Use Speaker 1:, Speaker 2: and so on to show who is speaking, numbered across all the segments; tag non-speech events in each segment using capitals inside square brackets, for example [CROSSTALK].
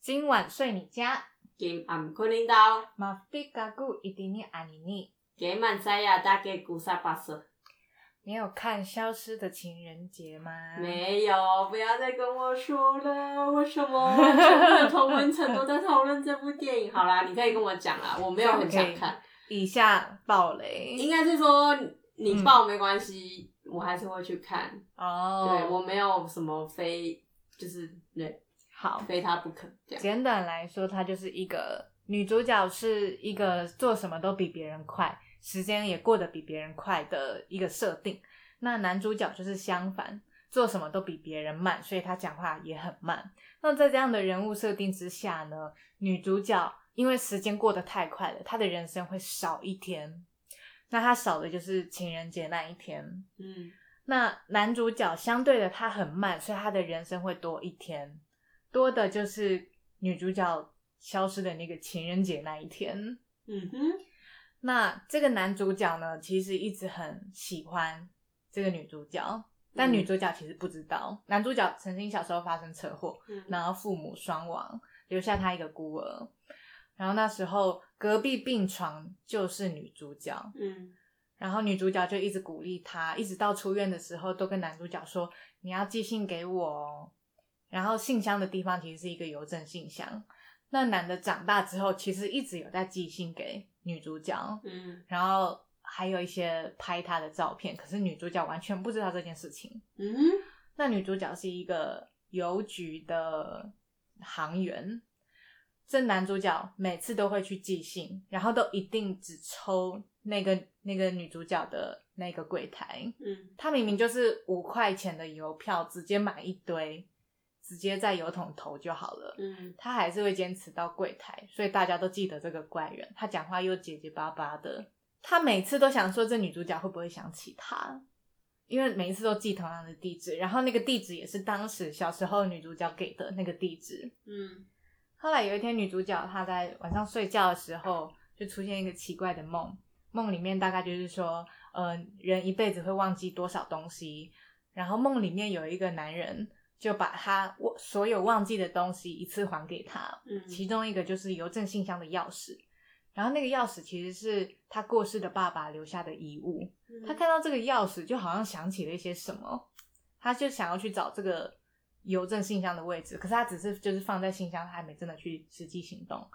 Speaker 1: 今晚睡你家，
Speaker 2: 今暗困恁兜，
Speaker 1: 马比嘎古伊迪尼阿尼尼。
Speaker 2: 今晚知呀大概古萨巴索。
Speaker 1: 你有看《消失的情人节》吗？
Speaker 2: 没有，不要再跟我说了，为
Speaker 1: [LAUGHS]
Speaker 2: 什么全部的同文层都在讨论这部电影？好啦，你可以跟我讲啦，我没有很想看，
Speaker 1: 以下暴雷
Speaker 2: 应该是说你报没关系，我还是会去看。
Speaker 1: 嗯哦。
Speaker 2: 对我没有什么非就是对
Speaker 1: 好，
Speaker 2: 非他不可这样。
Speaker 1: 简短来说，它就是一个女主角是一个做什么都比别人快，时间也过得比别人快的一个设定。那男主角就是相反，做什么都比别人慢，所以他讲话也很慢。那在这样的人物设定之下呢，女主角因为时间过得太快了，她的人生会少一天。那她少的就是情人节那一天。
Speaker 2: 嗯，
Speaker 1: 那男主角相对的他很慢，所以他的人生会多一天，多的就是女主角消失的那个情人节那一天。
Speaker 2: 嗯哼，
Speaker 1: 那这个男主角呢，其实一直很喜欢这个女主角，但女主角其实不知道，男主角曾经小时候发生车祸，
Speaker 2: 嗯
Speaker 1: 然后父母双亡，留下他一个孤儿。然后那时候隔壁病床就是女主角，
Speaker 2: 嗯
Speaker 1: 然后女主角就一直鼓励他，一直到出院的时候都跟男主角说：“你要寄信给我哦。”然后信箱的地方其实是一个邮政信箱。那男的长大之后，其实一直有在寄信给女主角，
Speaker 2: 嗯
Speaker 1: 然后还有一些拍她的照片，可是女主角完全不知道这件事情。
Speaker 2: 嗯哼，
Speaker 1: 那女主角是一个邮局的行员，这男主角每次都会去寄信，然后都一定只抽那个那个女主角的那个柜台。
Speaker 2: 嗯
Speaker 1: 他明明就是五块钱的邮票，直接买一堆，直接在邮筒投就好了。
Speaker 2: 嗯
Speaker 1: 他还是会坚持到柜台，所以大家都记得这个怪人。他讲话又结结巴巴的，他每次都想说这女主角会不会想起他，因为每一次都记同样的地址，然后那个地址也是当时小时候女主角给的那个地址。
Speaker 2: 嗯
Speaker 1: 后来有一天，女主角她在晚上睡觉的时候，就出现一个奇怪的梦，梦里面大概就是说，呃，人一辈子会忘记多少东西，然后梦里面有一个男人就把他我所有忘记的东西一次还给她，
Speaker 2: 嗯
Speaker 1: 其中一个就是邮政信箱的钥匙，然后那个钥匙其实是他过世的爸爸留下的遗物。
Speaker 2: 嗯
Speaker 1: 他看到这个钥匙，就好像想起了一些什么，他就想要去找这个邮政信箱的位置，可是他只是就是放在信箱，他还没真的去实际行动。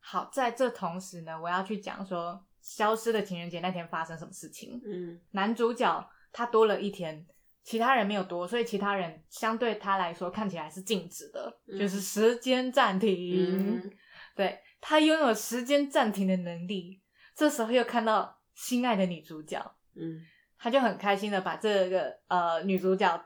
Speaker 1: 好，在这同时呢，我要去讲说消失的情人节那天发生什么事情。
Speaker 2: 嗯
Speaker 1: 男主角他多了一天，其他人没有多，所以其他人相对他来说看起来是静止的，
Speaker 2: 嗯
Speaker 1: 就是时间暂停。
Speaker 2: 嗯
Speaker 1: 对他拥有时间暂停的能力。这时候又看到心爱的女主角，
Speaker 2: 嗯
Speaker 1: 他就很开心的把这个呃女主角，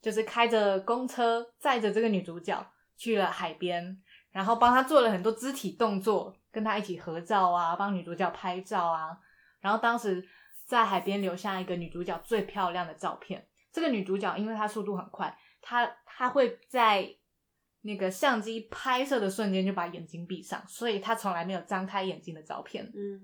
Speaker 1: 就是开着公车载着这个女主角去了海边，然后帮她做了很多肢体动作，跟她一起合照啊，帮女主角拍照啊。然后当时在海边留下一个女主角最漂亮的照片。这个女主角因为她速度很快，她她会在那个相机拍摄的瞬间就把眼睛闭上，所以她从来没有张开眼睛的照片。
Speaker 2: 嗯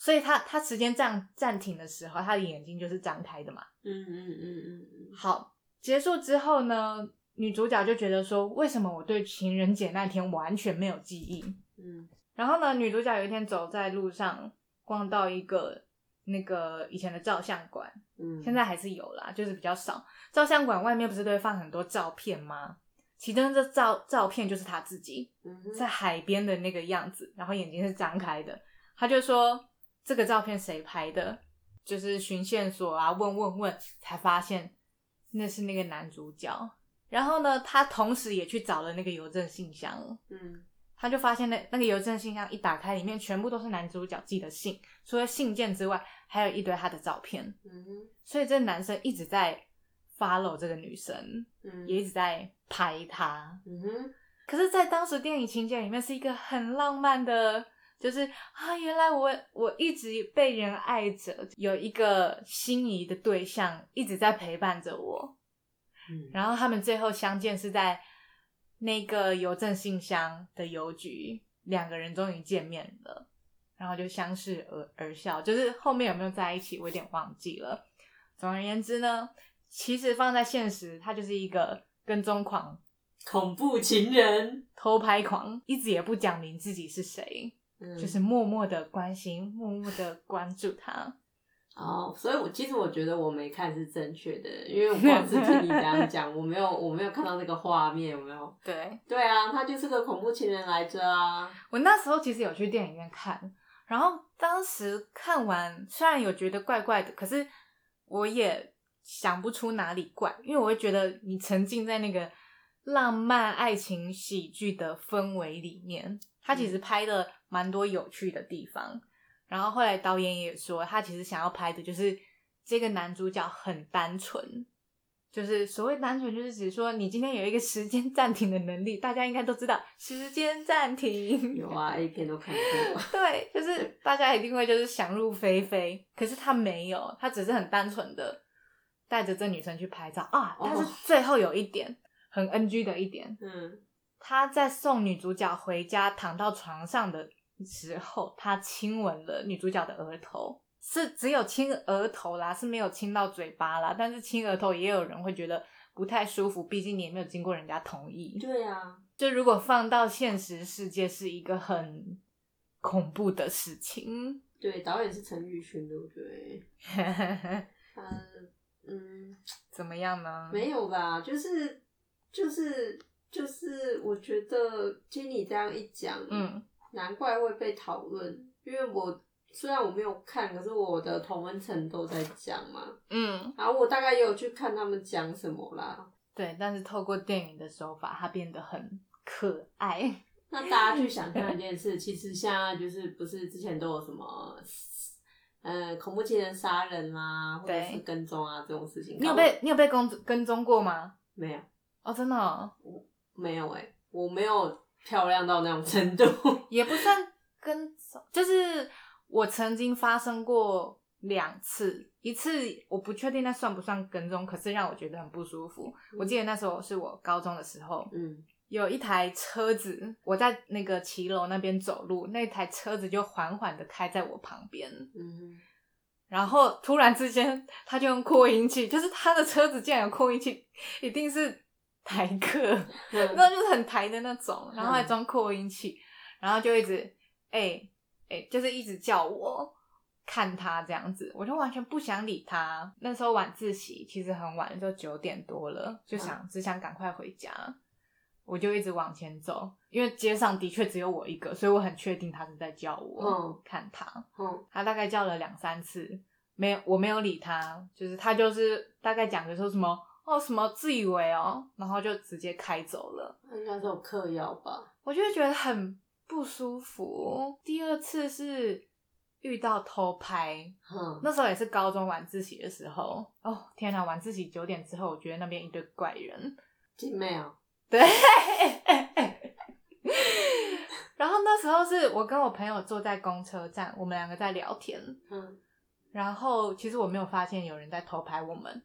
Speaker 1: 所以他他时间暂暂停的时候，他的眼睛就是张开的嘛。
Speaker 2: 嗯嗯嗯
Speaker 1: 好，结束之后呢，女主角就觉得说，为什么我对情人节那天完全没有记忆？
Speaker 2: 嗯
Speaker 1: 然后呢，女主角有一天走在路上，逛到一个那个以前的照相馆，
Speaker 2: 嗯，
Speaker 1: 现在还是有啦，就是比较少。照相馆外面不是都会放很多照片吗？其中这照照片就是她自己，
Speaker 2: 嗯
Speaker 1: 在海边的那个样子，然后眼睛是张开的。他就说这个照片谁拍的？就是寻线索啊，问问问，才发现那是那个男主角。然后呢，他同时也去找了那个邮政信箱，
Speaker 2: 嗯
Speaker 1: 他就发现那那个邮政信箱一打开，里面全部都是男主角寄的信，除了信件之外，还有一堆他的照片。
Speaker 2: 嗯
Speaker 1: 所以这男生一直在 follow 这个女生，
Speaker 2: 嗯
Speaker 1: 也一直在拍她。
Speaker 2: 嗯哼
Speaker 1: 可是，在当时电影情节里面是一个很浪漫的，就是啊，原来我我一直被人爱着，有一个心仪的对象一直在陪伴着我。
Speaker 2: 嗯
Speaker 1: 然后他们最后相见是在那个邮政信箱的邮局，两个人终于见面了，然后就相视而而笑。就是后面有没有在一起，我有点忘记了。总而言之呢，其实放在现实，它就是一个跟踪狂
Speaker 2: 恐怖情人，
Speaker 1: 偷拍狂，一直也不讲明自己是谁，
Speaker 2: 嗯，
Speaker 1: 就是默默的关心，默默的关注他。
Speaker 2: 哦，所以我其实我觉得我没看是正确的，因为我光是听你这样讲，我没有我没有看到那个画面，有没有？
Speaker 1: 对
Speaker 2: 对啊，他就是个恐怖情人来着啊。
Speaker 1: 我那时候其实有去电影院看，然后当时看完虽然有觉得怪怪的，可是我也想不出哪里怪，因为我会觉得你沉浸在那个浪漫爱情喜剧的氛围里面，他其实拍的蛮多有趣的地方。然后后来导演也说，他其实想要拍的就是这个男主角很单纯，就是所谓单纯，就是指说你今天有一个时间暂停的能力，大家应该都知道时间暂停。 [LAUGHS]
Speaker 2: 有啊，A 片都看过。 [LAUGHS]
Speaker 1: 对，就是大家一定会就是想入非非，可是他没有，他只是很单纯的带着这女生去拍照啊。但是
Speaker 2: 哦
Speaker 1: 最后有一点很 NG 的一点，
Speaker 2: 嗯，
Speaker 1: 他在送女主角回家躺到床上的时候，他亲吻了女主角的额头，是只有亲额头啦，是没有亲到嘴巴啦。但是亲额头也有人会觉得不太舒服，毕竟你也没有经过人家同意。
Speaker 2: 对啊，
Speaker 1: 就如果放到现实世界，是一个很恐怖的事情。 [LAUGHS]
Speaker 2: 对，导演是陈玉勋，对不对？他嗯，
Speaker 1: 怎么样呢？
Speaker 2: 没有吧？就是就是就是，我觉得经你这样一讲，，
Speaker 1: 嗯，
Speaker 2: 难怪会被讨论，因为我虽然我没有看，可是我的同温层都在讲嘛，
Speaker 1: 嗯，
Speaker 2: 然后我大概也有去看他们讲什么啦。
Speaker 1: 对。但是透过电影的手法，它变得很可爱。
Speaker 2: 那大家去想象一件事，其实现在就是不是之前都有什么，呃，恐怖情人杀人啦、或者
Speaker 1: 对
Speaker 2: 是跟踪啊这种事情，
Speaker 1: 你有
Speaker 2: 搞不好
Speaker 1: 被你有被跟跟踪过吗？
Speaker 2: 没有？
Speaker 1: 哦，真的、哦。
Speaker 2: 没有哎、我没有漂亮到那种程度。 [LAUGHS]
Speaker 1: 也不算跟踪，就是我曾经发生过两次，一次我不确定那算不算跟踪，可是让我觉得很不舒服。我记得那时候是我高中的时候，
Speaker 2: 嗯，
Speaker 1: 有一台车子，我在那个骑楼那边走路，那台车子就缓缓的开在我旁边，
Speaker 2: 嗯，
Speaker 1: 然后突然之间他就用扩音器，就是他的车子竟然有扩音器，一定是台客。
Speaker 2: 嗯
Speaker 1: [LAUGHS] 那就是很台的那种，然后还装扩音器，然后就一直哎哎、就是一直叫我看他这样子，我就完全不想理他。那时候晚自习其实很晚，就九点多了，就想、只想赶快回家，我就一直往前走，因为街上的确只有我一个，所以我很确定他是在叫我、
Speaker 2: 嗯
Speaker 1: 看他。
Speaker 2: 嗯
Speaker 1: 他大概叫了两三次，没有，我没有理他，就是他就是大概讲的说什么哦什么自以为哦，然后就直接开走了，
Speaker 2: 那应该是有嗑药吧？
Speaker 1: 我就会觉得很不舒服。第二次是遇到偷拍，
Speaker 2: 哼、
Speaker 1: 那时候也是高中晚自习的时候，哦天哪，晚自习九点之后，我觉得那边一堆怪人，
Speaker 2: 姐妹啊，
Speaker 1: 对。然后那时候是我跟我朋友坐在公车站，我们两个在聊天，
Speaker 2: 嗯
Speaker 1: 然后其实我没有发现有人在偷拍我们，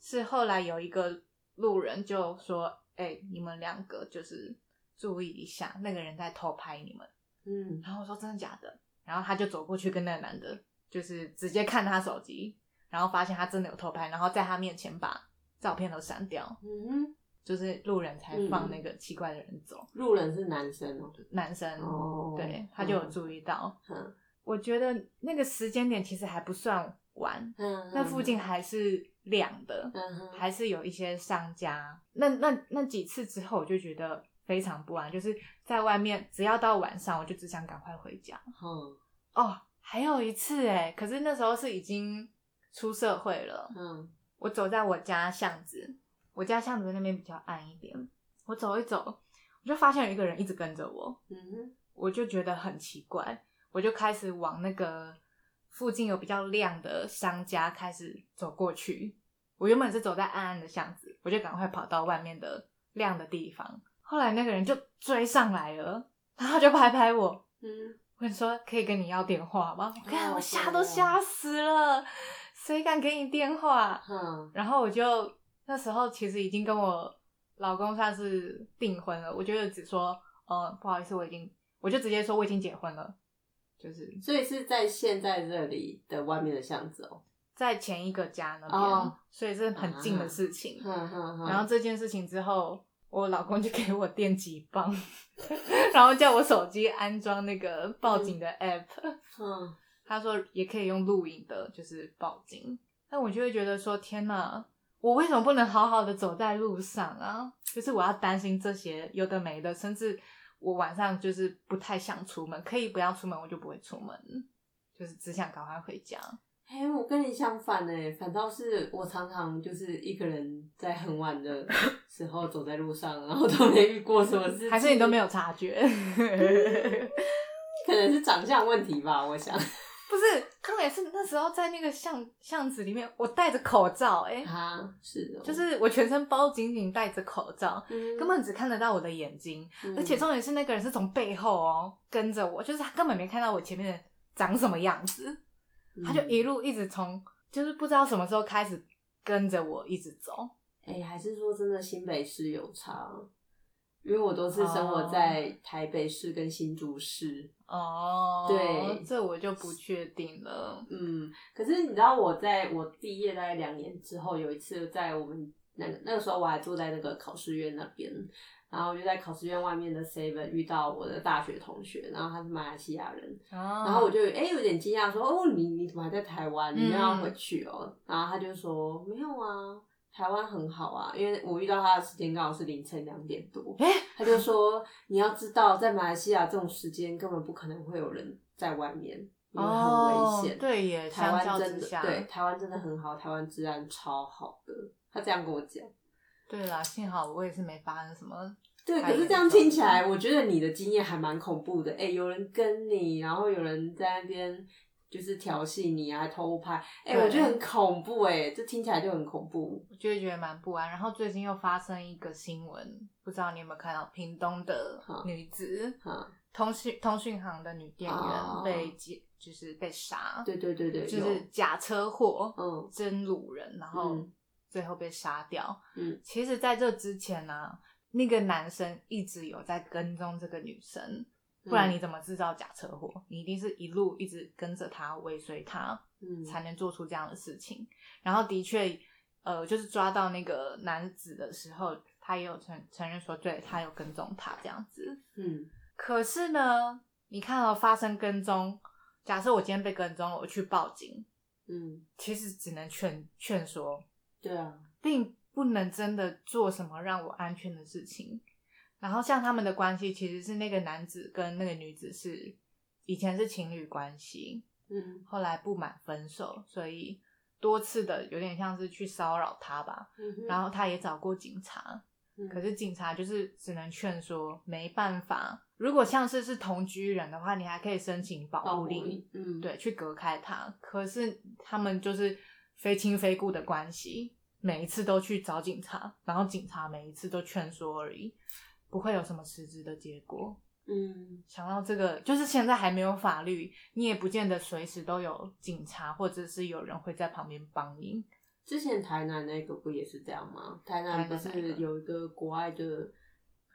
Speaker 1: 是后来有一个路人就说：“哎、你们两个就是注意一下，那个人在偷拍你们。”
Speaker 2: 嗯，
Speaker 1: 然后我说：“真的假的？”然后他就走过去跟那个男的，就是直接看他手机，然后发现他真的有偷拍，然后在他面前把照片都删掉，
Speaker 2: 嗯，
Speaker 1: 就是路人才放那个奇怪的人走，
Speaker 2: 路人是男生哦、
Speaker 1: 男生。
Speaker 2: 哦，
Speaker 1: 对，他就有注意到。
Speaker 2: 嗯
Speaker 1: 我觉得那个时间点其实还不算晚，
Speaker 2: 嗯，
Speaker 1: 那附近还是亮的，
Speaker 2: 嗯哼，
Speaker 1: 还是有一些商家。那那那几次之后，我就觉得非常不安，就是在外面，只要到晚上，我就只想赶快回家。
Speaker 2: 嗯
Speaker 1: 哦，还有一次哎，可是那时候是已经出社会了，
Speaker 2: 嗯
Speaker 1: 我走在我家巷子，我家巷子那边比较暗一点，我走一走，我就发现有一个人一直跟着我，
Speaker 2: 嗯
Speaker 1: 我就觉得很奇怪，我就开始往那个附近有比较亮的商家开始走过去。我原本是走在暗暗的巷子，我就赶快跑到外面的亮的地方。后来那个人就追上来了，然后他就拍拍我，
Speaker 2: 嗯，
Speaker 1: 问说：“可以跟你要电话吗？”我看
Speaker 2: 哦
Speaker 1: 我吓都吓死了，谁敢给你电话？
Speaker 2: 哼，嗯
Speaker 1: 然后我就那时候其实已经跟我老公算是订婚了，我就只说，呃，不好意思，我已经，我就直接说我已经结婚了，就是
Speaker 2: 所以是在现在这里的外面的巷子哦、
Speaker 1: 在前一个家那边，
Speaker 2: 哦嗯
Speaker 1: 所以是很近的事情。
Speaker 2: 哼哼哼，
Speaker 1: 然后这件事情之后，我老公就给我电击棒， [LAUGHS] 然后叫我手机安装那个报警的 app，、
Speaker 2: 嗯，
Speaker 1: 他说也可以用录影的，就是报警。但我就会觉得说，天哪，我为什么不能好好的走在路上啊？就是我要担心这些有的没的，甚至我晚上就是不太想出门，可以不要出门我就不会出门，就是只想赶快回家。
Speaker 2: 哎、我跟你相反呢、反倒是我常常就是一个人在很晚的时候走在路上，然后都没遇过什么事情，
Speaker 1: 还是你都没有察觉？ [LAUGHS]
Speaker 2: 可能是长相问题吧，我想。 [LAUGHS]
Speaker 1: 不是，重点是那时候在那个巷巷子里面，我戴着口罩、欸，
Speaker 2: 啊，是的，
Speaker 1: 就是我全身包紧紧，戴着口罩，
Speaker 2: 嗯
Speaker 1: 根本只看得到我的眼睛。
Speaker 2: 嗯
Speaker 1: 而且重点是那个人是从背后哦跟着我，就是他根本没看到我前面的长什么样子，他就
Speaker 2: 嗯
Speaker 1: 一路一直从，就是不知道什么时候开始跟着我一直走。
Speaker 2: 哎、还是说真的新北市有差，因为我都是生活在台北市跟新竹市。
Speaker 1: 哦，
Speaker 2: 对
Speaker 1: 这我就不确定了。
Speaker 2: 嗯，可是你知道我在我毕业大概两年之后，有一次在我们那个那个时候我还住在那个考试院那边，然后我就在考试院外面的 Seven 遇到我的大学同学，然后他是马来西亚人，
Speaker 1: 然
Speaker 2: 然后我就哎、有点惊讶，说哦你你怎么还在台湾？你没有要
Speaker 1: 嗯
Speaker 2: 回去哦？然后他就说没有啊，台湾很好啊，因为我遇到他的时间刚好是凌晨两点多。
Speaker 1: 哎
Speaker 2: 他就说你要知道，在马来西亚这种时间根本不可能会有人在外面，因为
Speaker 1: 哦
Speaker 2: 嗯很危险。
Speaker 1: 对耶，
Speaker 2: 台湾
Speaker 1: 相较
Speaker 2: 真
Speaker 1: 之
Speaker 2: 的
Speaker 1: 下
Speaker 2: 对台湾真的很好，台湾治安超好的。他这样跟我讲，
Speaker 1: 对啦，幸好我也是没发生什么。
Speaker 2: 对，
Speaker 1: 太
Speaker 2: 可是这样
Speaker 1: 严重
Speaker 2: 听起
Speaker 1: 了
Speaker 2: 来，我觉得你的经验还蛮恐怖的。哎、有人跟你，然后有人在那边就是调戏你，还偷拍，哎、
Speaker 1: 对
Speaker 2: 我觉得很恐怖、哎，这听起来就很恐怖。
Speaker 1: 我就会觉得蛮不安。然后最近又发生一个新闻，不知道你有没有看到，屏东的
Speaker 2: 好
Speaker 1: 女子
Speaker 2: 哈，
Speaker 1: 通讯通讯行的女店员
Speaker 2: 哦
Speaker 1: 被劫、就是被杀，
Speaker 2: 对对对对，嗯
Speaker 1: 就是假车祸、
Speaker 2: 有，
Speaker 1: 真掳人，然后
Speaker 2: 嗯
Speaker 1: 最后被杀掉。
Speaker 2: 嗯
Speaker 1: 其实在这之前呢、那个男生一直有在跟踪这个女生，
Speaker 2: 嗯，
Speaker 1: 不然你怎么制造假车祸？你一定是一路一直跟着她，尾随她，
Speaker 2: 嗯
Speaker 1: 才能做出这样的事情。然后的确，呃，就是抓到那个男子的时候，他也有承承认说，对他有跟踪他这样子。
Speaker 2: 嗯
Speaker 1: 可是呢，你看到、发生跟踪，假设我今天被跟踪了，我去报警，
Speaker 2: 嗯，
Speaker 1: 其实只能劝劝说，
Speaker 2: 对啊，
Speaker 1: 并不能真的做什么让我安全的事情。然后像他们的关系，其实是那个男子跟那个女子是以前是情侣关系，
Speaker 2: 嗯
Speaker 1: 后来不满分手，所以多次的有点像是去骚扰他吧。
Speaker 2: 嗯哼，
Speaker 1: 然后他也找过警察，
Speaker 2: 嗯
Speaker 1: 可是警察就是只能劝说，没办法。如果像是是同居人的话，你还可以申请保
Speaker 2: 保
Speaker 1: 护
Speaker 2: 护
Speaker 1: 令，
Speaker 2: 你，哦嗯，
Speaker 1: 对，去隔开他。可是他们就是非亲非故的关系，每一次都去找警察，然后警察每一次都劝说而已，不会有什么实质的结果。
Speaker 2: 嗯
Speaker 1: 想到这个，就是现在还没有法律，你也不见得随时都有警察或者是有人会在旁边帮你。
Speaker 2: 之前台南那个不也是这样吗？台
Speaker 1: 台
Speaker 2: 南
Speaker 1: 南
Speaker 2: 不
Speaker 1: 哪一
Speaker 2: 是
Speaker 1: 个
Speaker 2: 有一个国外的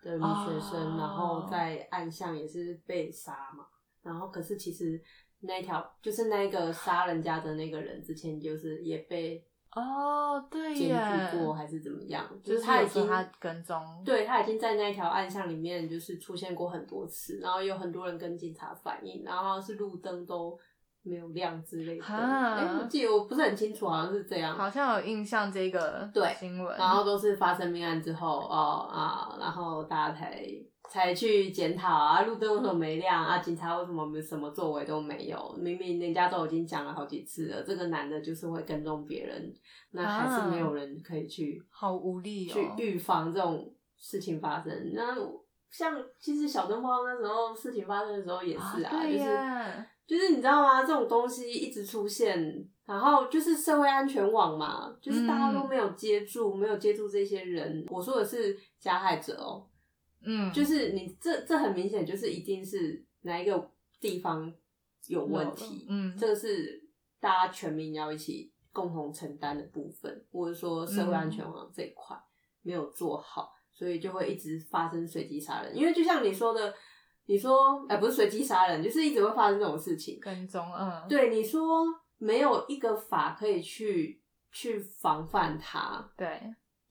Speaker 2: 的女学生，
Speaker 1: 哦
Speaker 2: 然后在暗巷也是被杀嘛。然后可是其实那条就是那个杀人家的那个人之前就是也被
Speaker 1: 哦，对
Speaker 2: 检
Speaker 1: 耶，
Speaker 2: 举过还是怎么样，
Speaker 1: 就是
Speaker 2: 是他
Speaker 1: 有
Speaker 2: 已
Speaker 1: 说
Speaker 2: 经
Speaker 1: 他跟踪
Speaker 2: 对他已经在那条暗巷里面就是出现过很多次，然后有很多人跟警察反映，然后好像是路灯都没有亮之类的。
Speaker 1: 哈
Speaker 2: 哎、我记得我不是很清楚，好像是这样。
Speaker 1: 好像有印象这个
Speaker 2: 对
Speaker 1: 新闻，
Speaker 2: 然后都是发生命案之后，哦啊，然后大家才才去检讨啊，路灯为什么没亮啊，警察为什么没什么作为都没有？明明人家都已经讲了好几次了，这个男的就是会跟踪别人，那还是没有人可以去、
Speaker 1: 好无力
Speaker 2: 去
Speaker 1: 哦。
Speaker 2: 预防这种事情发生。那像其实小灯泡那时候事情发生的时候也是啊，
Speaker 1: 啊对
Speaker 2: 就是
Speaker 1: 耶
Speaker 2: 就是你知道吗？这种东西一直出现，然后就是社会安全网嘛，就是大家
Speaker 1: 嗯
Speaker 2: 都没有接住，没有接住这些人。我说的是加害者哦，
Speaker 1: 嗯，
Speaker 2: 就是你这这很明显就是一定是哪一个地方有问题，
Speaker 1: 嗯
Speaker 2: 这个是大家全民要一起共同承担的部分，或者说社会安全网这一块、没有做好，所以就会一直发生随机杀人。因为就像你说的，你说哎、呃不是随机杀人，就是一直会发生这种事情。
Speaker 1: 跟踪，嗯，
Speaker 2: 对你说，没有一个法可以去去防范它，
Speaker 1: 对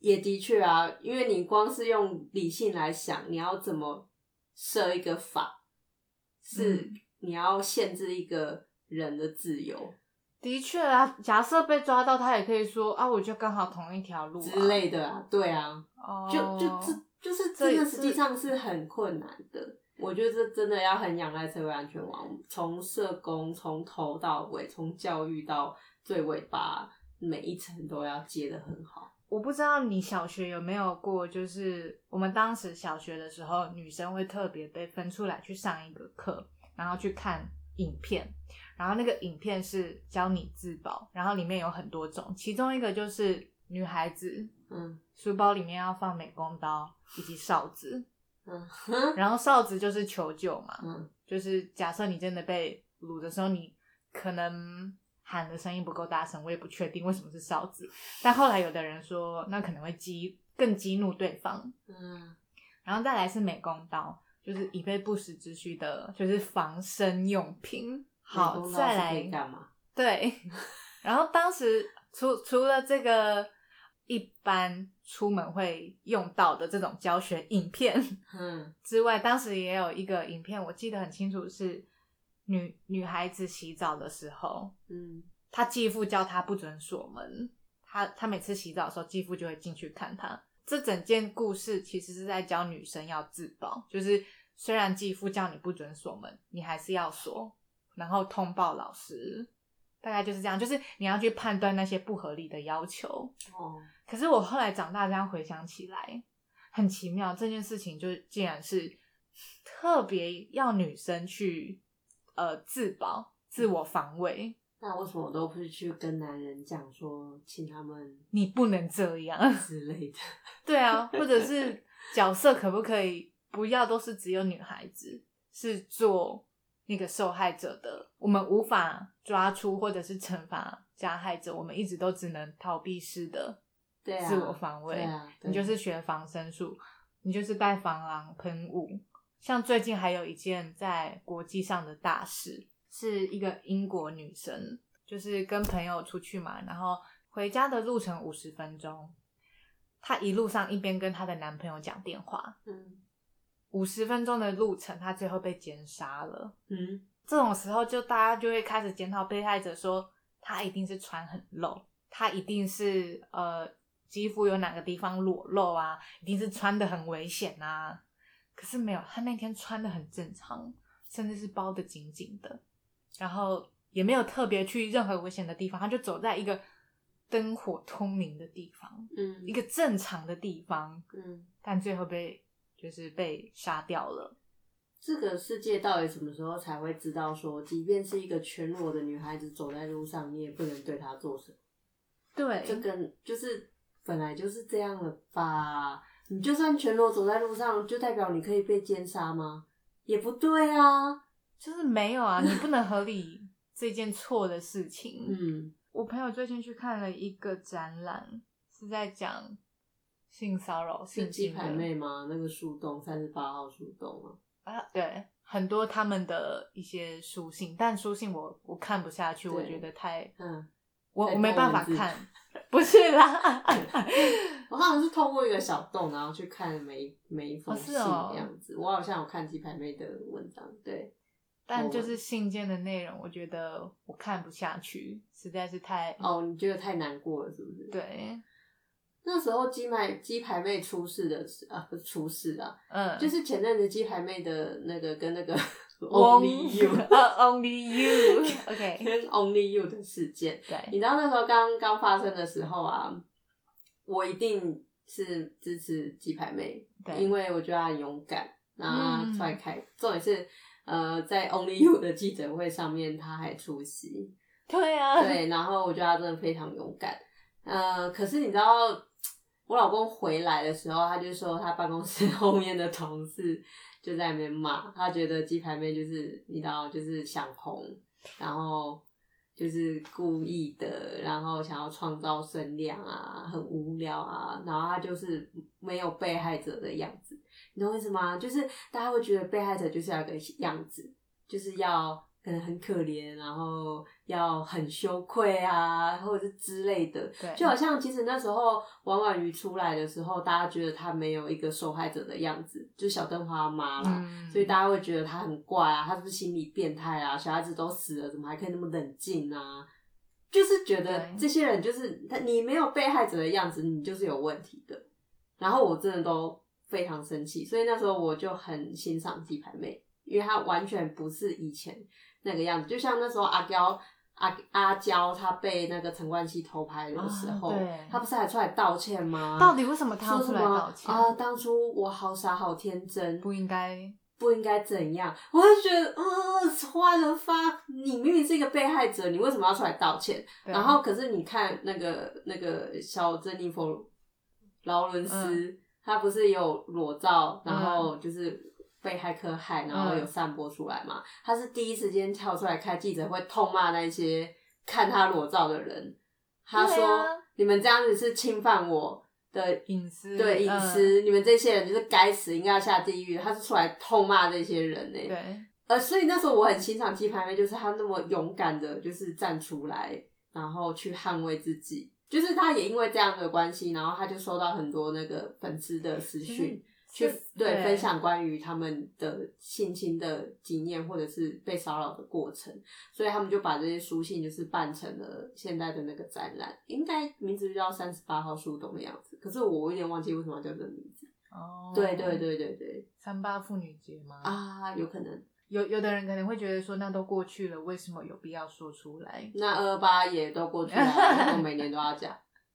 Speaker 2: 也的确啊，因为你光是用理性来想，你要怎么设一个法，是
Speaker 1: 嗯
Speaker 2: 你要限制一个人的自由
Speaker 1: 的确啊，假设被抓到，他也可以说啊，我就刚好同一条路、啊、
Speaker 2: 之类的啊，对啊，
Speaker 1: 哦，
Speaker 2: 就就这就是
Speaker 1: 这
Speaker 2: 真的，
Speaker 1: 也
Speaker 2: 实际
Speaker 1: 是
Speaker 2: 上是很困难的。我觉得这真的要很仰赖社会安全网，从社工从头到尾，从教育到最尾巴，每一层都要接的很好。
Speaker 1: 我不知道你小学有没有过，就是我们当时小学的时候，女生会特别被分出来去上一个课，然后去看影片，然后那个影片是教你自保，然后里面有很多种，其中一个就是女孩子
Speaker 2: 嗯
Speaker 1: 书包里面要放美工刀以及哨子，
Speaker 2: 嗯
Speaker 1: 然后哨子就是求救嘛，
Speaker 2: 嗯
Speaker 1: 就是假设你真的被掳的时候，你可能喊的声音不够大声，我也不确定为什么是哨子。但后来有的人说，那可能会激更激怒对方。
Speaker 2: 嗯，
Speaker 1: 然后再来是美工刀，就是以备不时之需的，就是防身用品。好，
Speaker 2: 美工刀
Speaker 1: 再
Speaker 2: 是可以
Speaker 1: 来
Speaker 2: 干嘛？
Speaker 1: 对， [LAUGHS] 然后当时除除了这个一般出门会用到的这种教学影片
Speaker 2: 嗯
Speaker 1: 之外，当时也有一个影片，我记得很清楚，是女女孩子洗澡的时候，
Speaker 2: 嗯
Speaker 1: 她继父叫她不准锁门，她她每次洗澡的时候，继父就会进去看她。这整件故事其实是在教女生要自保，就是虽然继父叫你不准锁门，你还是要锁，然后通报老师，大概就是这样，就是你要去判断那些不合理的要求。
Speaker 2: 哦，
Speaker 1: 可是我后来长大这样回想起来，很奇妙，这件事情就竟然是特别要女生去呃自保、自我防卫，
Speaker 2: 那为什么我都不是去跟男人讲说，请他们 [LAUGHS]
Speaker 1: 你不能这样。 [LAUGHS]
Speaker 2: 之类的？
Speaker 1: 对啊，或者是角色可不可以不要都是只有女孩子是做那个受害者的？我们无法抓出或者是惩罚加害者，我们一直都只能逃避式的
Speaker 2: 对啊，
Speaker 1: 自我防卫。
Speaker 2: 对啊，对
Speaker 1: 你就是学防身术，你就是带防狼喷雾。像最近还有一件在国际上的大事，是一个英国女生，就是跟朋友出去嘛，然后回家的路程五十分钟，她一路上一边跟她的男朋友讲电话，
Speaker 2: 嗯
Speaker 1: 五十分钟的路程，她最后被奸杀了。
Speaker 2: 嗯
Speaker 1: 这种时候，就大家就会开始检讨被害者说，他一定是穿很露，他一定是呃肌肤有哪个地方裸露啊，一定是穿的很危险啊。可是没有，他那天穿的很正常，甚至是包的紧紧的，然后也没有特别去任何危险的地方，他就走在一个灯火通明的地方，
Speaker 2: 嗯
Speaker 1: 一个正常的地方，
Speaker 2: 嗯，
Speaker 1: 但最后被就是被杀掉了。
Speaker 2: 这个世界到底什么时候才会知道说，即便是一个全裸的女孩子走在路上，你也不能对她做什么？
Speaker 1: 对
Speaker 2: 这跟就是本来就是这样了吧？你就算全裸走在路上，就代表你可以被奸杀吗？也不对啊。
Speaker 1: 就是没有啊，你不能合理
Speaker 2: [LAUGHS]
Speaker 1: 这件错的事情。，
Speaker 2: 嗯
Speaker 1: 我朋友最近去看了一个展览，是在讲性骚扰、
Speaker 2: 是
Speaker 1: 性
Speaker 2: 鸡
Speaker 1: 侵
Speaker 2: 排
Speaker 1: 的
Speaker 2: 妹吗？那个树洞三十八号树洞啊。
Speaker 1: 啊，对，很多他们的一些书信，但书信我我看不下去，
Speaker 2: 对
Speaker 1: 我觉得太
Speaker 2: 嗯，
Speaker 1: 我
Speaker 2: 太
Speaker 1: 我没办法
Speaker 2: 多文字
Speaker 1: 看， [LAUGHS] 不是啦，
Speaker 2: 我好像是通过一个小洞，然后去看每一每一封
Speaker 1: 哦
Speaker 2: 信
Speaker 1: 是哦
Speaker 2: 这样子。我好像有看鸡排妹的文章，对。
Speaker 1: 但就是信件的内容，我觉得我看不下去，实在是太
Speaker 2: 哦，你觉得太难过了是不是？
Speaker 1: 对，
Speaker 2: 那时候鸡排鸡排妹出事的时啊，不是出事啊，
Speaker 1: 嗯，
Speaker 2: 就是前阵子鸡排妹的那个跟那
Speaker 1: [LAUGHS]
Speaker 2: 个 [LAUGHS]
Speaker 1: Only
Speaker 2: Only
Speaker 1: [LAUGHS]
Speaker 2: You
Speaker 1: You，Only
Speaker 2: [LAUGHS]
Speaker 1: You，OK，
Speaker 2: 跟 Only You 的事件，
Speaker 1: 对，
Speaker 2: 你知道那时候刚刚发生的时候啊，我一定是支持鸡排妹，
Speaker 1: 对
Speaker 2: 因为我觉得她很勇敢，然后她
Speaker 1: 嗯
Speaker 2: 出来开，重点是呃，在 Only You 的记者会上面她还出席，
Speaker 1: 对啊，
Speaker 2: 对，然后我觉得他真的非常勇敢。呃，可是你知道，我老公回来的时候，他就说他办公室 [LAUGHS] 后面的同事就在那边骂，他觉得鸡排妹就是你知道，就是想红，然后就是故意的，然后想要创造声量啊，很无聊啊，然后他就是没有被害者的样子，你懂我意思吗？就是大家会觉得被害者就是要有个样子，就是要可能很可怜，然后要很羞愧啊，或者是之类的。
Speaker 1: 对，
Speaker 2: 就好像其实那时候王婉瑜出来的时候，大家觉得她没有一个受害者的样子，就小灯花妈啦，
Speaker 1: 嗯
Speaker 2: 所以大家会觉得她很怪啊，她是不是心理变态啊？小孩子都死了，怎么还可以那么冷静啊？就是觉得
Speaker 1: 对
Speaker 2: 这些人就是他，你没有被害者的样子，你就是有问题的。然后我真的都非常生气，所以那时候我就很欣赏鸡排妹，因为她完全不是以前那个样子。就像那时候阿娇阿阿娇她被那个陈冠希偷拍的时候，
Speaker 1: 啊对
Speaker 2: 她不是还出来道歉吗？
Speaker 1: 到底为什么他要
Speaker 2: 说
Speaker 1: 出
Speaker 2: 什
Speaker 1: 来
Speaker 2: 么
Speaker 1: 道歉？
Speaker 2: 啊？当初我好傻好天真，
Speaker 1: 不应该
Speaker 2: 不应该怎样，我就觉得，呃，花了发，你明明是一个被害者，你为什么要出来道歉？
Speaker 1: 对啊
Speaker 2: 然后可是你看那个那个小珍妮佛劳伦斯，
Speaker 1: 嗯
Speaker 2: 他不是有裸照，
Speaker 1: 嗯
Speaker 2: 然后就是被骇客害，然后有散播出来嘛？他是第一时间跳出来开记者会，痛骂那些看他裸照的人。他
Speaker 1: 对
Speaker 2: 说：“
Speaker 1: 啊
Speaker 2: 你们这样子是侵犯我的
Speaker 1: 隐私
Speaker 2: 对隐
Speaker 1: 嗯
Speaker 2: 私，你们这些人就是该死，应该要下地狱。他是出来痛骂这些人呢、
Speaker 1: 对
Speaker 2: 呃，所以那时候我很欣赏鸡排妹，就是她那么勇敢的，就是站出来，然后去捍卫自己。就是她也因为这样的关系，然后她就收到很多那个粉丝的私讯，去
Speaker 1: 是
Speaker 2: 对分享关于他们的性侵的经验，或者是被骚扰的过程。所以他们就把这些书信就是办成了现在的那个展览，应该名字就叫三十八号树洞的样子。可是我有点忘记为什么要叫这个名字。
Speaker 1: 哦，
Speaker 2: 对对，对对对，
Speaker 1: 三八妇女节吗？
Speaker 2: 啊，有可能。
Speaker 1: 有有的人可能会觉得说，那都过去了，为什么有必要说出来？
Speaker 2: 那二八也都过去了，我每年都要讲， [LAUGHS]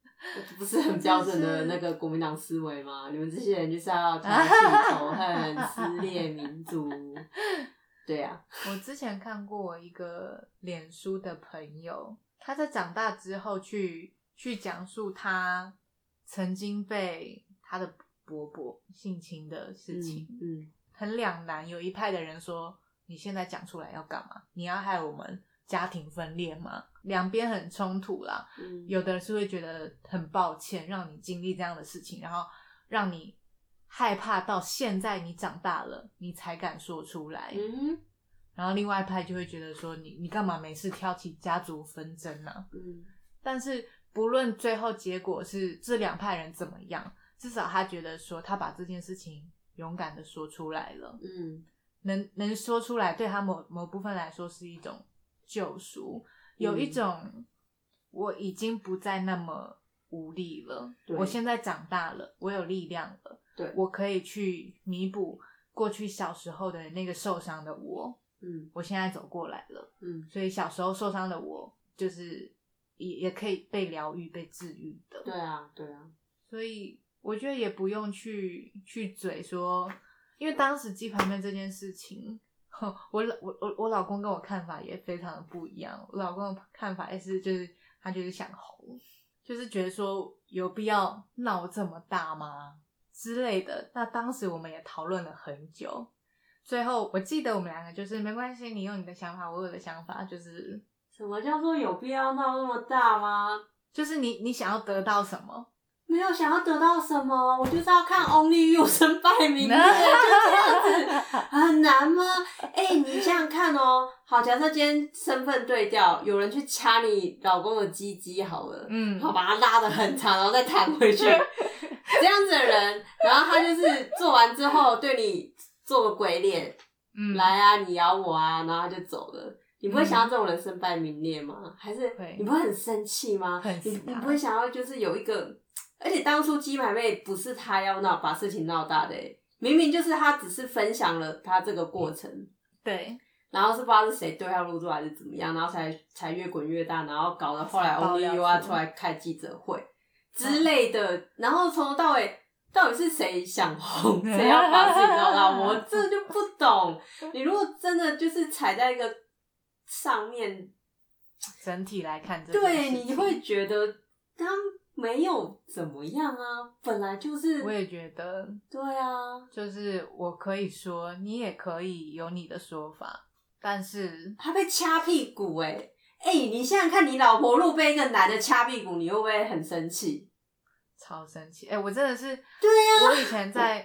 Speaker 2: 不是很标准的那个国民党思维吗？你们这些人就是要挑起仇恨、撕裂
Speaker 1: [LAUGHS]
Speaker 2: 民族，对啊呀、
Speaker 1: 我之前看过一个脸书的朋友，他在长大之后去去讲述他曾经被他的伯伯性侵的事
Speaker 2: 嗯
Speaker 1: 情，
Speaker 2: 嗯，
Speaker 1: 很两难。有一派的人说，你现在讲出来要干嘛？你要害我们家庭分裂吗？两边很冲突啦。
Speaker 2: 嗯
Speaker 1: 有的人是会觉得很抱歉，让你经历这样的事情，然后让你害怕到现在你长大了，你才敢说出来。
Speaker 2: 嗯
Speaker 1: 然后另外一派就会觉得说你你干嘛没事挑起家族纷争呢、
Speaker 2: 嗯
Speaker 1: 但是不论最后结果是这两派人怎么样，至少他觉得说他把这件事情勇敢的说出来了，
Speaker 2: 嗯
Speaker 1: 能能说出来，对他某某部分来说是一种救赎，有
Speaker 2: 嗯
Speaker 1: 一种我已经不再那么无力了，
Speaker 2: 对
Speaker 1: 我现在长大了，我有力量了，
Speaker 2: 对
Speaker 1: 我可以去弥补过去小时候的那个受伤的我。
Speaker 2: 嗯
Speaker 1: 我现在走过来了，
Speaker 2: 嗯，
Speaker 1: 所以小时候受伤的我，就是也也可以被疗愈、被治愈的。
Speaker 2: 对啊对啊，
Speaker 1: 所以我觉得也不用去去嘴说，因为当时鸡排妹这件事情， [LAUGHS] 哼我老我我我老公跟我看法也非常的不一样。我老公的看法也是，就是他就是想红，就是觉得说有必要闹这么大吗之类的。那当时我们也讨论了很久，最后我记得我们两个就是没关系，你有你的想法，我有我的想法，就是
Speaker 2: 什么叫做有必要闹那么大吗？
Speaker 1: 就是你你想要得到什么，
Speaker 2: 没有想要得到什么，啊我就是要看 Only You 身败
Speaker 1: [LAUGHS]
Speaker 2: 名裂，就这样子，很难吗？哎、你想想看哦，好，假设今天身份对调，有人去掐你老公的鸡鸡好了，
Speaker 1: 嗯
Speaker 2: 然后把它拉的很长，然后再弹回去，这样子的人，然后他就是做完之后对你做个鬼脸，
Speaker 1: 嗯，
Speaker 2: 来啊，你咬我啊，然后他就走了。你不会想要这种人身败名裂吗？还是
Speaker 1: 嗯会
Speaker 2: 你不会很生气吗？
Speaker 1: 很
Speaker 2: 你
Speaker 1: 死
Speaker 2: 你
Speaker 1: 他
Speaker 2: 不会想要就是有一个，而且当初鸡排妹不是她要闹把事情闹大的、欸，明明就是她只是分享了她这个过程，
Speaker 1: 对，
Speaker 2: 然后是不知道是谁对号入座还是怎么样，然后才才越滚越大，然后搞得后来
Speaker 1: 爆
Speaker 2: Only
Speaker 1: 料
Speaker 2: U 啊
Speaker 1: 出嗯
Speaker 2: 出来开记者会之类的，然后从头到尾到底是谁想
Speaker 1: [LAUGHS]
Speaker 2: 红，谁要把自己闹大，我这就不懂。你如果真的就是踩在一个上面，
Speaker 1: 整体来看这件事
Speaker 2: 对，
Speaker 1: 情，
Speaker 2: 你会觉得他没有怎么样啊，本来就是
Speaker 1: 我也觉得，
Speaker 2: 对啊，
Speaker 1: 就是我可以说，你也可以有你的说法，但是
Speaker 2: 他被掐屁股哎、欸。哎、你想想看，你老婆如果被一个男的掐屁股，你会不会很生气？
Speaker 1: 超生气，哎、我真的是，
Speaker 2: 对呀
Speaker 1: 我以前在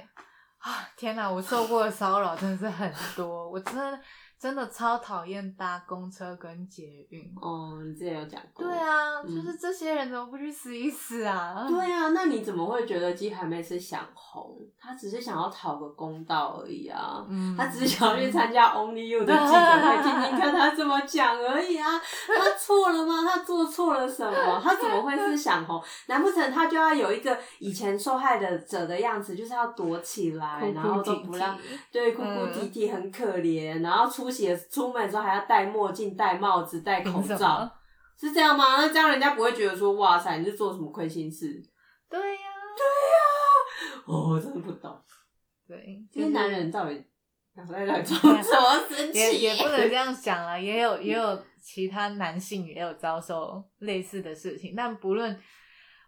Speaker 1: 啊，天哪，我受过的骚扰真的是很多，我真的真的超讨厌搭公车跟捷运。
Speaker 2: 哦，你之前有讲过。
Speaker 1: 对。啊，
Speaker 2: 嗯
Speaker 1: 就是这些人怎么不去死一死啊？
Speaker 2: 对啊，那你怎么会觉得鸡排妹是想红？她只是想要讨个公道而已啊。
Speaker 1: 嗯
Speaker 2: 她只是想要去参加 Only You 的记者会，听听看她怎么讲而已啊。她错了吗？她做错了什么？她怎么会是想红？难不成她就要有一个以前受害的者的样子，就是要躲起来，
Speaker 1: 哭哭
Speaker 2: 然后都
Speaker 1: 啼
Speaker 2: 不
Speaker 1: 啼嗯
Speaker 2: 让对，哭哭啼啼很可怜，然后出血出门的时候还要戴墨镜、戴帽子、戴口
Speaker 1: 凭什
Speaker 2: 罩
Speaker 1: 么，？
Speaker 2: 是这样吗？那这样人家不会觉得说哇塞，你是做什么亏心事？ [LAUGHS]
Speaker 1: 对呀、
Speaker 2: 哦，我真的不懂，
Speaker 1: 对，
Speaker 2: 这
Speaker 1: 就
Speaker 2: 些
Speaker 1: 是啊
Speaker 2: 男人到底脑袋在装什么神
Speaker 1: 也
Speaker 2: 奇？
Speaker 1: 也不能这
Speaker 2: [LAUGHS]
Speaker 1: 样想了，也有也有其他男性也有遭受类似的事情，但不论。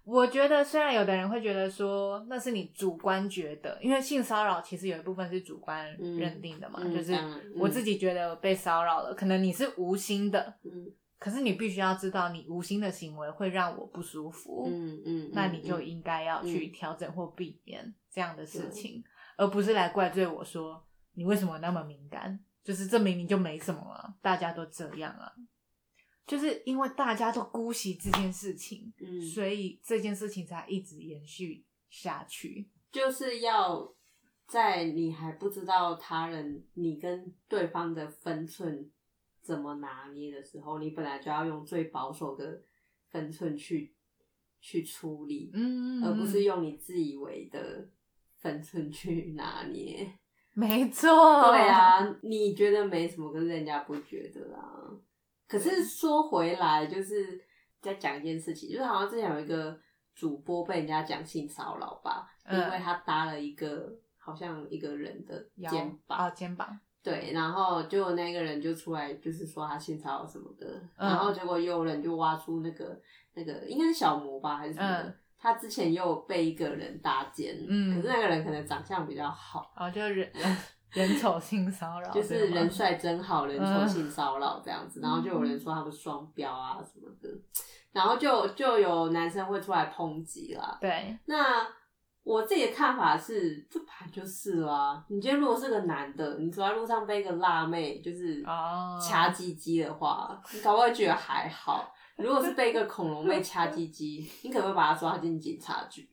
Speaker 1: 我觉得，虽然有的人会觉得说那是你主观觉得，因为性骚扰其实有一部分是主观
Speaker 2: 嗯
Speaker 1: 认定的嘛，
Speaker 2: 嗯
Speaker 1: 就是
Speaker 2: 当然嗯
Speaker 1: 我自己觉得被骚扰了，可能你是无心的，
Speaker 2: 嗯
Speaker 1: 可是你必须要知道，你无心的行为会让我不舒服，
Speaker 2: 嗯嗯，
Speaker 1: 那你就
Speaker 2: 嗯
Speaker 1: 应该要去调整或避免这样的事情，而不是来怪罪我说你为什么那么敏感，就是这明明就没什么啊，大家都这样啊，就是因为大家都姑息这件事情，
Speaker 2: 嗯
Speaker 1: 所以这件事情才一直延续下去。
Speaker 2: 就是要在你还不知道他人你跟对方的分寸怎么拿捏的时候，你本来就要用最保守的分寸去去处理，
Speaker 1: 嗯，
Speaker 2: 而不是用你自以为的分寸去拿捏。
Speaker 1: 没错，
Speaker 2: 对，啊，你觉得没什么，可是人家不觉得啊。可是说回来，就是在讲一件事情，就是好像之前有一个主播被人家讲性骚扰吧，
Speaker 1: 嗯
Speaker 2: 因为他搭了一个好像一个人的
Speaker 1: 腰
Speaker 2: 肩
Speaker 1: 啊
Speaker 2: 膀，
Speaker 1: 肩膀，
Speaker 2: 对，然后就那个人就出来就是说他性骚扰什么的，
Speaker 1: 嗯
Speaker 2: 然后结果又有人就挖出那个那个应该是小魔吧还是什么的。
Speaker 1: 嗯
Speaker 2: 他之前又被一个人搭肩，
Speaker 1: 嗯
Speaker 2: 可是那个人可能长相比较好，
Speaker 1: 然后哦就是人
Speaker 2: [LAUGHS]
Speaker 1: 人人丑性骚扰，
Speaker 2: 就是
Speaker 1: 对吗
Speaker 2: 人帅真好，人
Speaker 1: 嗯
Speaker 2: 丑性骚扰这样子，然后就有人说他们双标啊什么的，然后就就有男生会出来抨击啦。
Speaker 1: 对，
Speaker 2: 那我自己的看法是，这本来就是啦、你今天如果是个男的，你走在路上被一个辣妹就是
Speaker 1: 哦
Speaker 2: 掐鸡鸡的话，你搞不好会觉得还好。如果是被一个恐龙
Speaker 1: [LAUGHS]
Speaker 2: 妹掐鸡鸡，你可能会把他抓进警察局。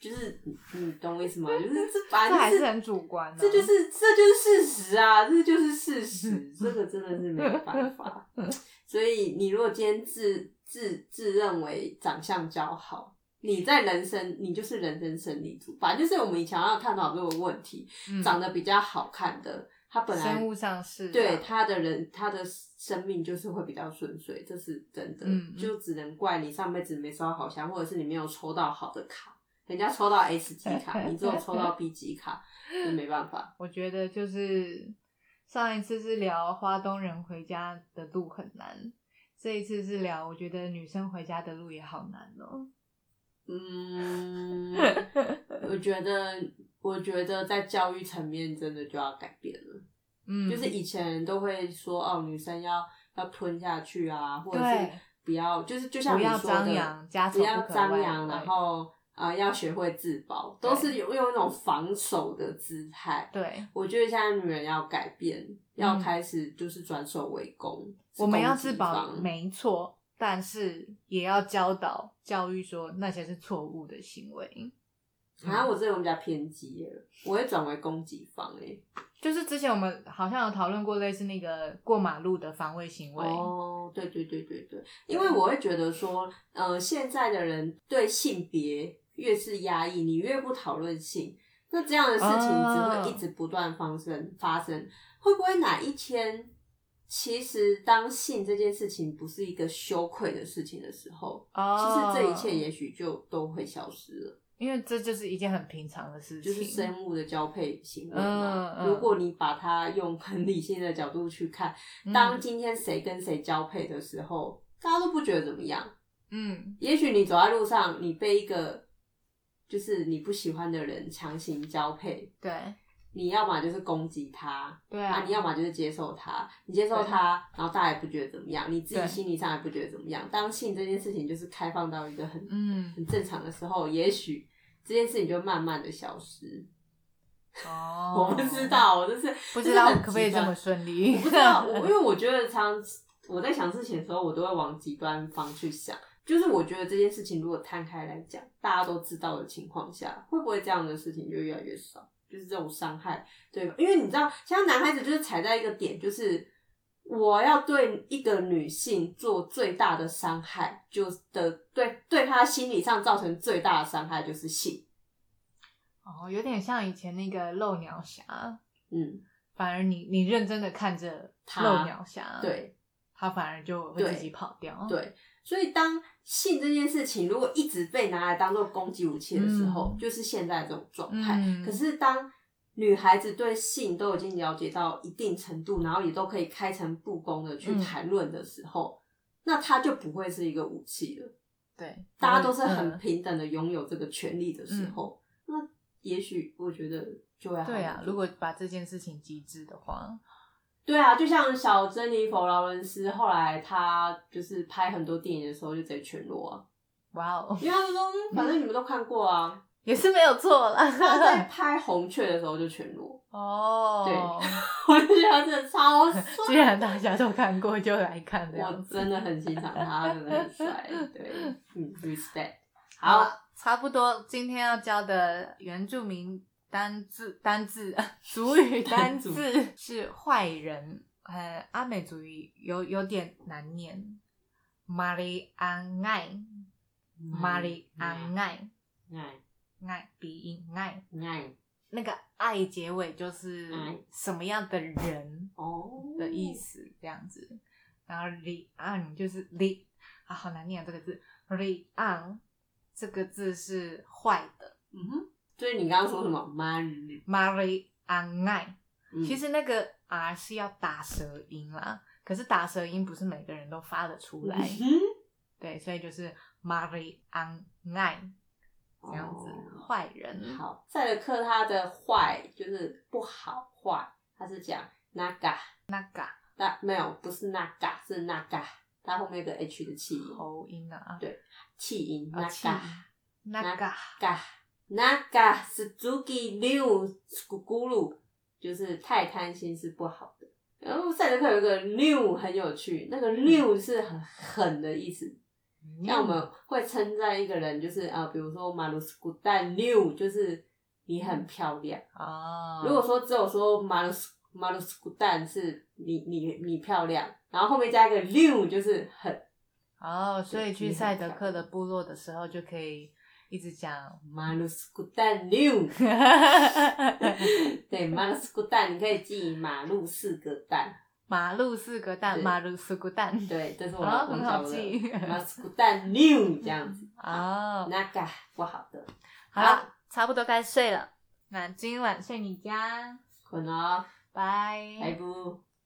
Speaker 2: 就是你你懂我意思吗？就是这反
Speaker 1: 这
Speaker 2: 正
Speaker 1: 还
Speaker 2: 就是
Speaker 1: 是很主观啊的、
Speaker 2: 这就是这就是事实啊，这就是事实， [LAUGHS] 这个真的是没有
Speaker 1: [LAUGHS]
Speaker 2: 办法。所以你如果今天自自自认为长相较好，你在人生你就是人生胜利组，反正就是我们以前要探讨这个问题，
Speaker 1: 嗯
Speaker 2: 长得比较好看的，他本
Speaker 1: 生
Speaker 2: 来
Speaker 1: 物上是啊
Speaker 2: 对他的人他的生命就是会比较顺遂，这是真的，
Speaker 1: 嗯嗯
Speaker 2: 就只能怪你上辈子没烧好香，或者是你没有抽到好的卡。人家抽到 S 级卡，你只有抽到 B 级卡，那没办法。
Speaker 1: 我觉得就是上一次是聊花东人回家的路很难，这一次是聊我觉得女生回家的路也好难哦。
Speaker 2: 嗯，我觉得，我觉得在教育层面真的就要改变了。
Speaker 1: 嗯，
Speaker 2: 就是以前人都会说，哦，女生要要吞下去啊，或者是
Speaker 1: 对
Speaker 2: 不要，就是就像
Speaker 1: 不
Speaker 2: 你
Speaker 1: 要
Speaker 2: 说的，
Speaker 1: 张扬，家丑
Speaker 2: 不要
Speaker 1: 不可外
Speaker 2: 张
Speaker 1: 扬，
Speaker 2: 扬，然后啊、呃要学会自保，
Speaker 1: 对
Speaker 2: 都是有用一种防守的姿态。
Speaker 1: 对，
Speaker 2: 我觉得现在女人要改变，要开始就是转手为攻。
Speaker 1: 嗯
Speaker 2: 是
Speaker 1: 我们要
Speaker 2: 攻击
Speaker 1: 自保
Speaker 2: 方
Speaker 1: 没错，但是也要教导教育说那些是错误的行为。
Speaker 2: 啊，我这种比较偏激了，我会转为攻击方欸诶、
Speaker 1: 就是之前我们好像有讨论过类似那个过马路的防卫行为，
Speaker 2: 哦，对对对对对，因为我会觉得说，呃，现在的人对性别越是压抑，你越不讨论性，那这样的事情只会一直
Speaker 1: 啊
Speaker 2: 不断发生、发生。会不会哪一天，其实当性这件事情不是一个羞愧的事情的时候，其
Speaker 1: 哦
Speaker 2: 实这一切也许就都会消失了。
Speaker 1: 因为这就是一件很平常的事情，
Speaker 2: 就是生物的交配行为嘛。
Speaker 1: 嗯嗯
Speaker 2: 如果你把它用很理性的角度去看，
Speaker 1: 嗯
Speaker 2: 当今天谁跟谁交配的时候，大家都不觉得怎么样。
Speaker 1: 嗯
Speaker 2: 也许你走在路上，你被一个就是你不喜欢的人强行交配，
Speaker 1: 对
Speaker 2: 你要么就是攻击他，
Speaker 1: 对
Speaker 2: 啊
Speaker 1: 啊，
Speaker 2: 你要么就是接受他，你接受他，然后大家也不觉得怎么样，你自己
Speaker 1: 对
Speaker 2: 心理上也不觉得怎么样。当性这件事情就是开放到一个很
Speaker 1: 嗯
Speaker 2: 很正常的时候，也许这件事情就慢慢的消失。
Speaker 1: 哦，
Speaker 2: [LAUGHS] 我不知，道，我就是
Speaker 1: 不知道
Speaker 2: 就是很
Speaker 1: 可不可以
Speaker 2: 极
Speaker 1: 这
Speaker 2: 端
Speaker 1: 么顺利
Speaker 2: 我不？知
Speaker 1: [LAUGHS]
Speaker 2: [LAUGHS] 道，我因为我觉得常我在想事情的时候，我都会往极端方去想。就是我觉得这件事情如果摊开来讲，大家都知道的情况下，会不会这样的事情就越来越少？就是这种伤害，对吧？因为你知道，像男孩子就是踩在一个点，就是我要对一个女性做最大的伤害，就是的对对她心理上造成最大的伤害就是性。
Speaker 1: 哦，有点像以前那个漏鸟侠，
Speaker 2: 嗯，
Speaker 1: 反而你你认真的看着
Speaker 2: 他
Speaker 1: 漏鸟侠，，
Speaker 2: 对。
Speaker 1: 他反而就会
Speaker 2: 对
Speaker 1: 自己跑掉。
Speaker 2: 对，所以当性这件事情如果一直被拿来当做攻击武器的时候，
Speaker 1: 嗯
Speaker 2: 就是现在这种状态。
Speaker 1: 嗯，
Speaker 2: 可是当女孩子对性都已经了解到一定程度，然后也都可以开诚布公的去
Speaker 1: 嗯
Speaker 2: 谈论的时候，那它就不会是一个武器了。
Speaker 1: 对，
Speaker 2: 大家都是很
Speaker 1: 嗯
Speaker 2: 平等的拥有这个权利的时候，那也许我觉得就会好
Speaker 1: 对啊
Speaker 2: 很。多
Speaker 1: 如果把这件事情极致的话，
Speaker 2: 对啊，就像小珍妮佛劳伦斯后来她就是拍很多电影的时候就直接全裸啊。
Speaker 1: 哇哦，
Speaker 2: 因为他就说，嗯反正你们都看过啊。
Speaker 1: 也是没有错
Speaker 2: 他在
Speaker 1: 啦。 [LAUGHS]
Speaker 2: 拍《红雀》的时候就全裸，
Speaker 1: 哦，
Speaker 2: 我就觉得真的超帅。
Speaker 1: 既然大家都看过，就来看这样
Speaker 2: 我
Speaker 1: 子。
Speaker 2: 真的很欣赏他，真的很帅。对，嗯，respect。好，，
Speaker 1: 差不多今天要教的原住民单字单字 [LAUGHS] 主语单字是坏人，呃，阿美族语有有点难念，马里安爱，马里安爱，
Speaker 2: 爱
Speaker 1: 爱鼻音爱，
Speaker 2: 爱
Speaker 1: 那个爱结尾就是
Speaker 2: 爱
Speaker 1: 什么样的人？
Speaker 2: 哦
Speaker 1: 的意。思，这样子。然后 li an 就是 li 啊，好难念啊这个字。li an 这个字是坏的
Speaker 2: 嗯哼，就是你刚刚说什么？马里，
Speaker 1: ，mari an ai。
Speaker 2: 嗯
Speaker 1: 其实那个 r 是要打舌音啦，可是打舌音不是每个人都发得出来，
Speaker 2: 嗯哼
Speaker 1: 对，所以就是 mari an ai 这样子，
Speaker 2: 哦
Speaker 1: 坏人。
Speaker 2: 好，赛德克他的坏就是不好坏，他是讲 naga
Speaker 1: 那个
Speaker 2: 那没有，不是 naga，是 naga，它后面有个 h 的气音，
Speaker 1: 喉音啊，
Speaker 2: 对气音
Speaker 1: 啊气音
Speaker 2: naga。
Speaker 1: 那个
Speaker 2: Naga Naga Suzuki New Guru，就是太贪心是不好的。然后赛德克有一个 New 很有趣，那个 New 是很狠的意思，
Speaker 1: 嗯
Speaker 2: 像我们会称赞一个人，就是啊、呃比如说马鲁斯古蛋 New，就是你很漂亮。
Speaker 1: 啊，
Speaker 2: 如果说只有说马鲁斯马鲁斯古蛋是你你你漂亮，然后后面加一个 New 就是很
Speaker 1: 哦，所以去
Speaker 2: 你很
Speaker 1: 赛德
Speaker 2: 强
Speaker 1: 克的部落的时候，就可以一直讲
Speaker 2: 马鲁斯古蛋 New。
Speaker 1: [LAUGHS]
Speaker 2: 对，马路四个蛋，你可以记马路四个蛋。
Speaker 1: [LAUGHS] 马路四个蛋，
Speaker 2: 对
Speaker 1: 马路四个蛋。
Speaker 2: 对，这是我
Speaker 1: 啊
Speaker 2: 老
Speaker 1: 很
Speaker 2: 公
Speaker 1: 好
Speaker 2: 教的
Speaker 1: 记。
Speaker 2: 马路四个蛋 new 这样子，
Speaker 1: [LAUGHS] 哦，
Speaker 2: 那个不好的，
Speaker 1: 好了，差不多该睡了。那今晚睡你家，
Speaker 2: 可能
Speaker 1: 拜。
Speaker 2: 哦还不。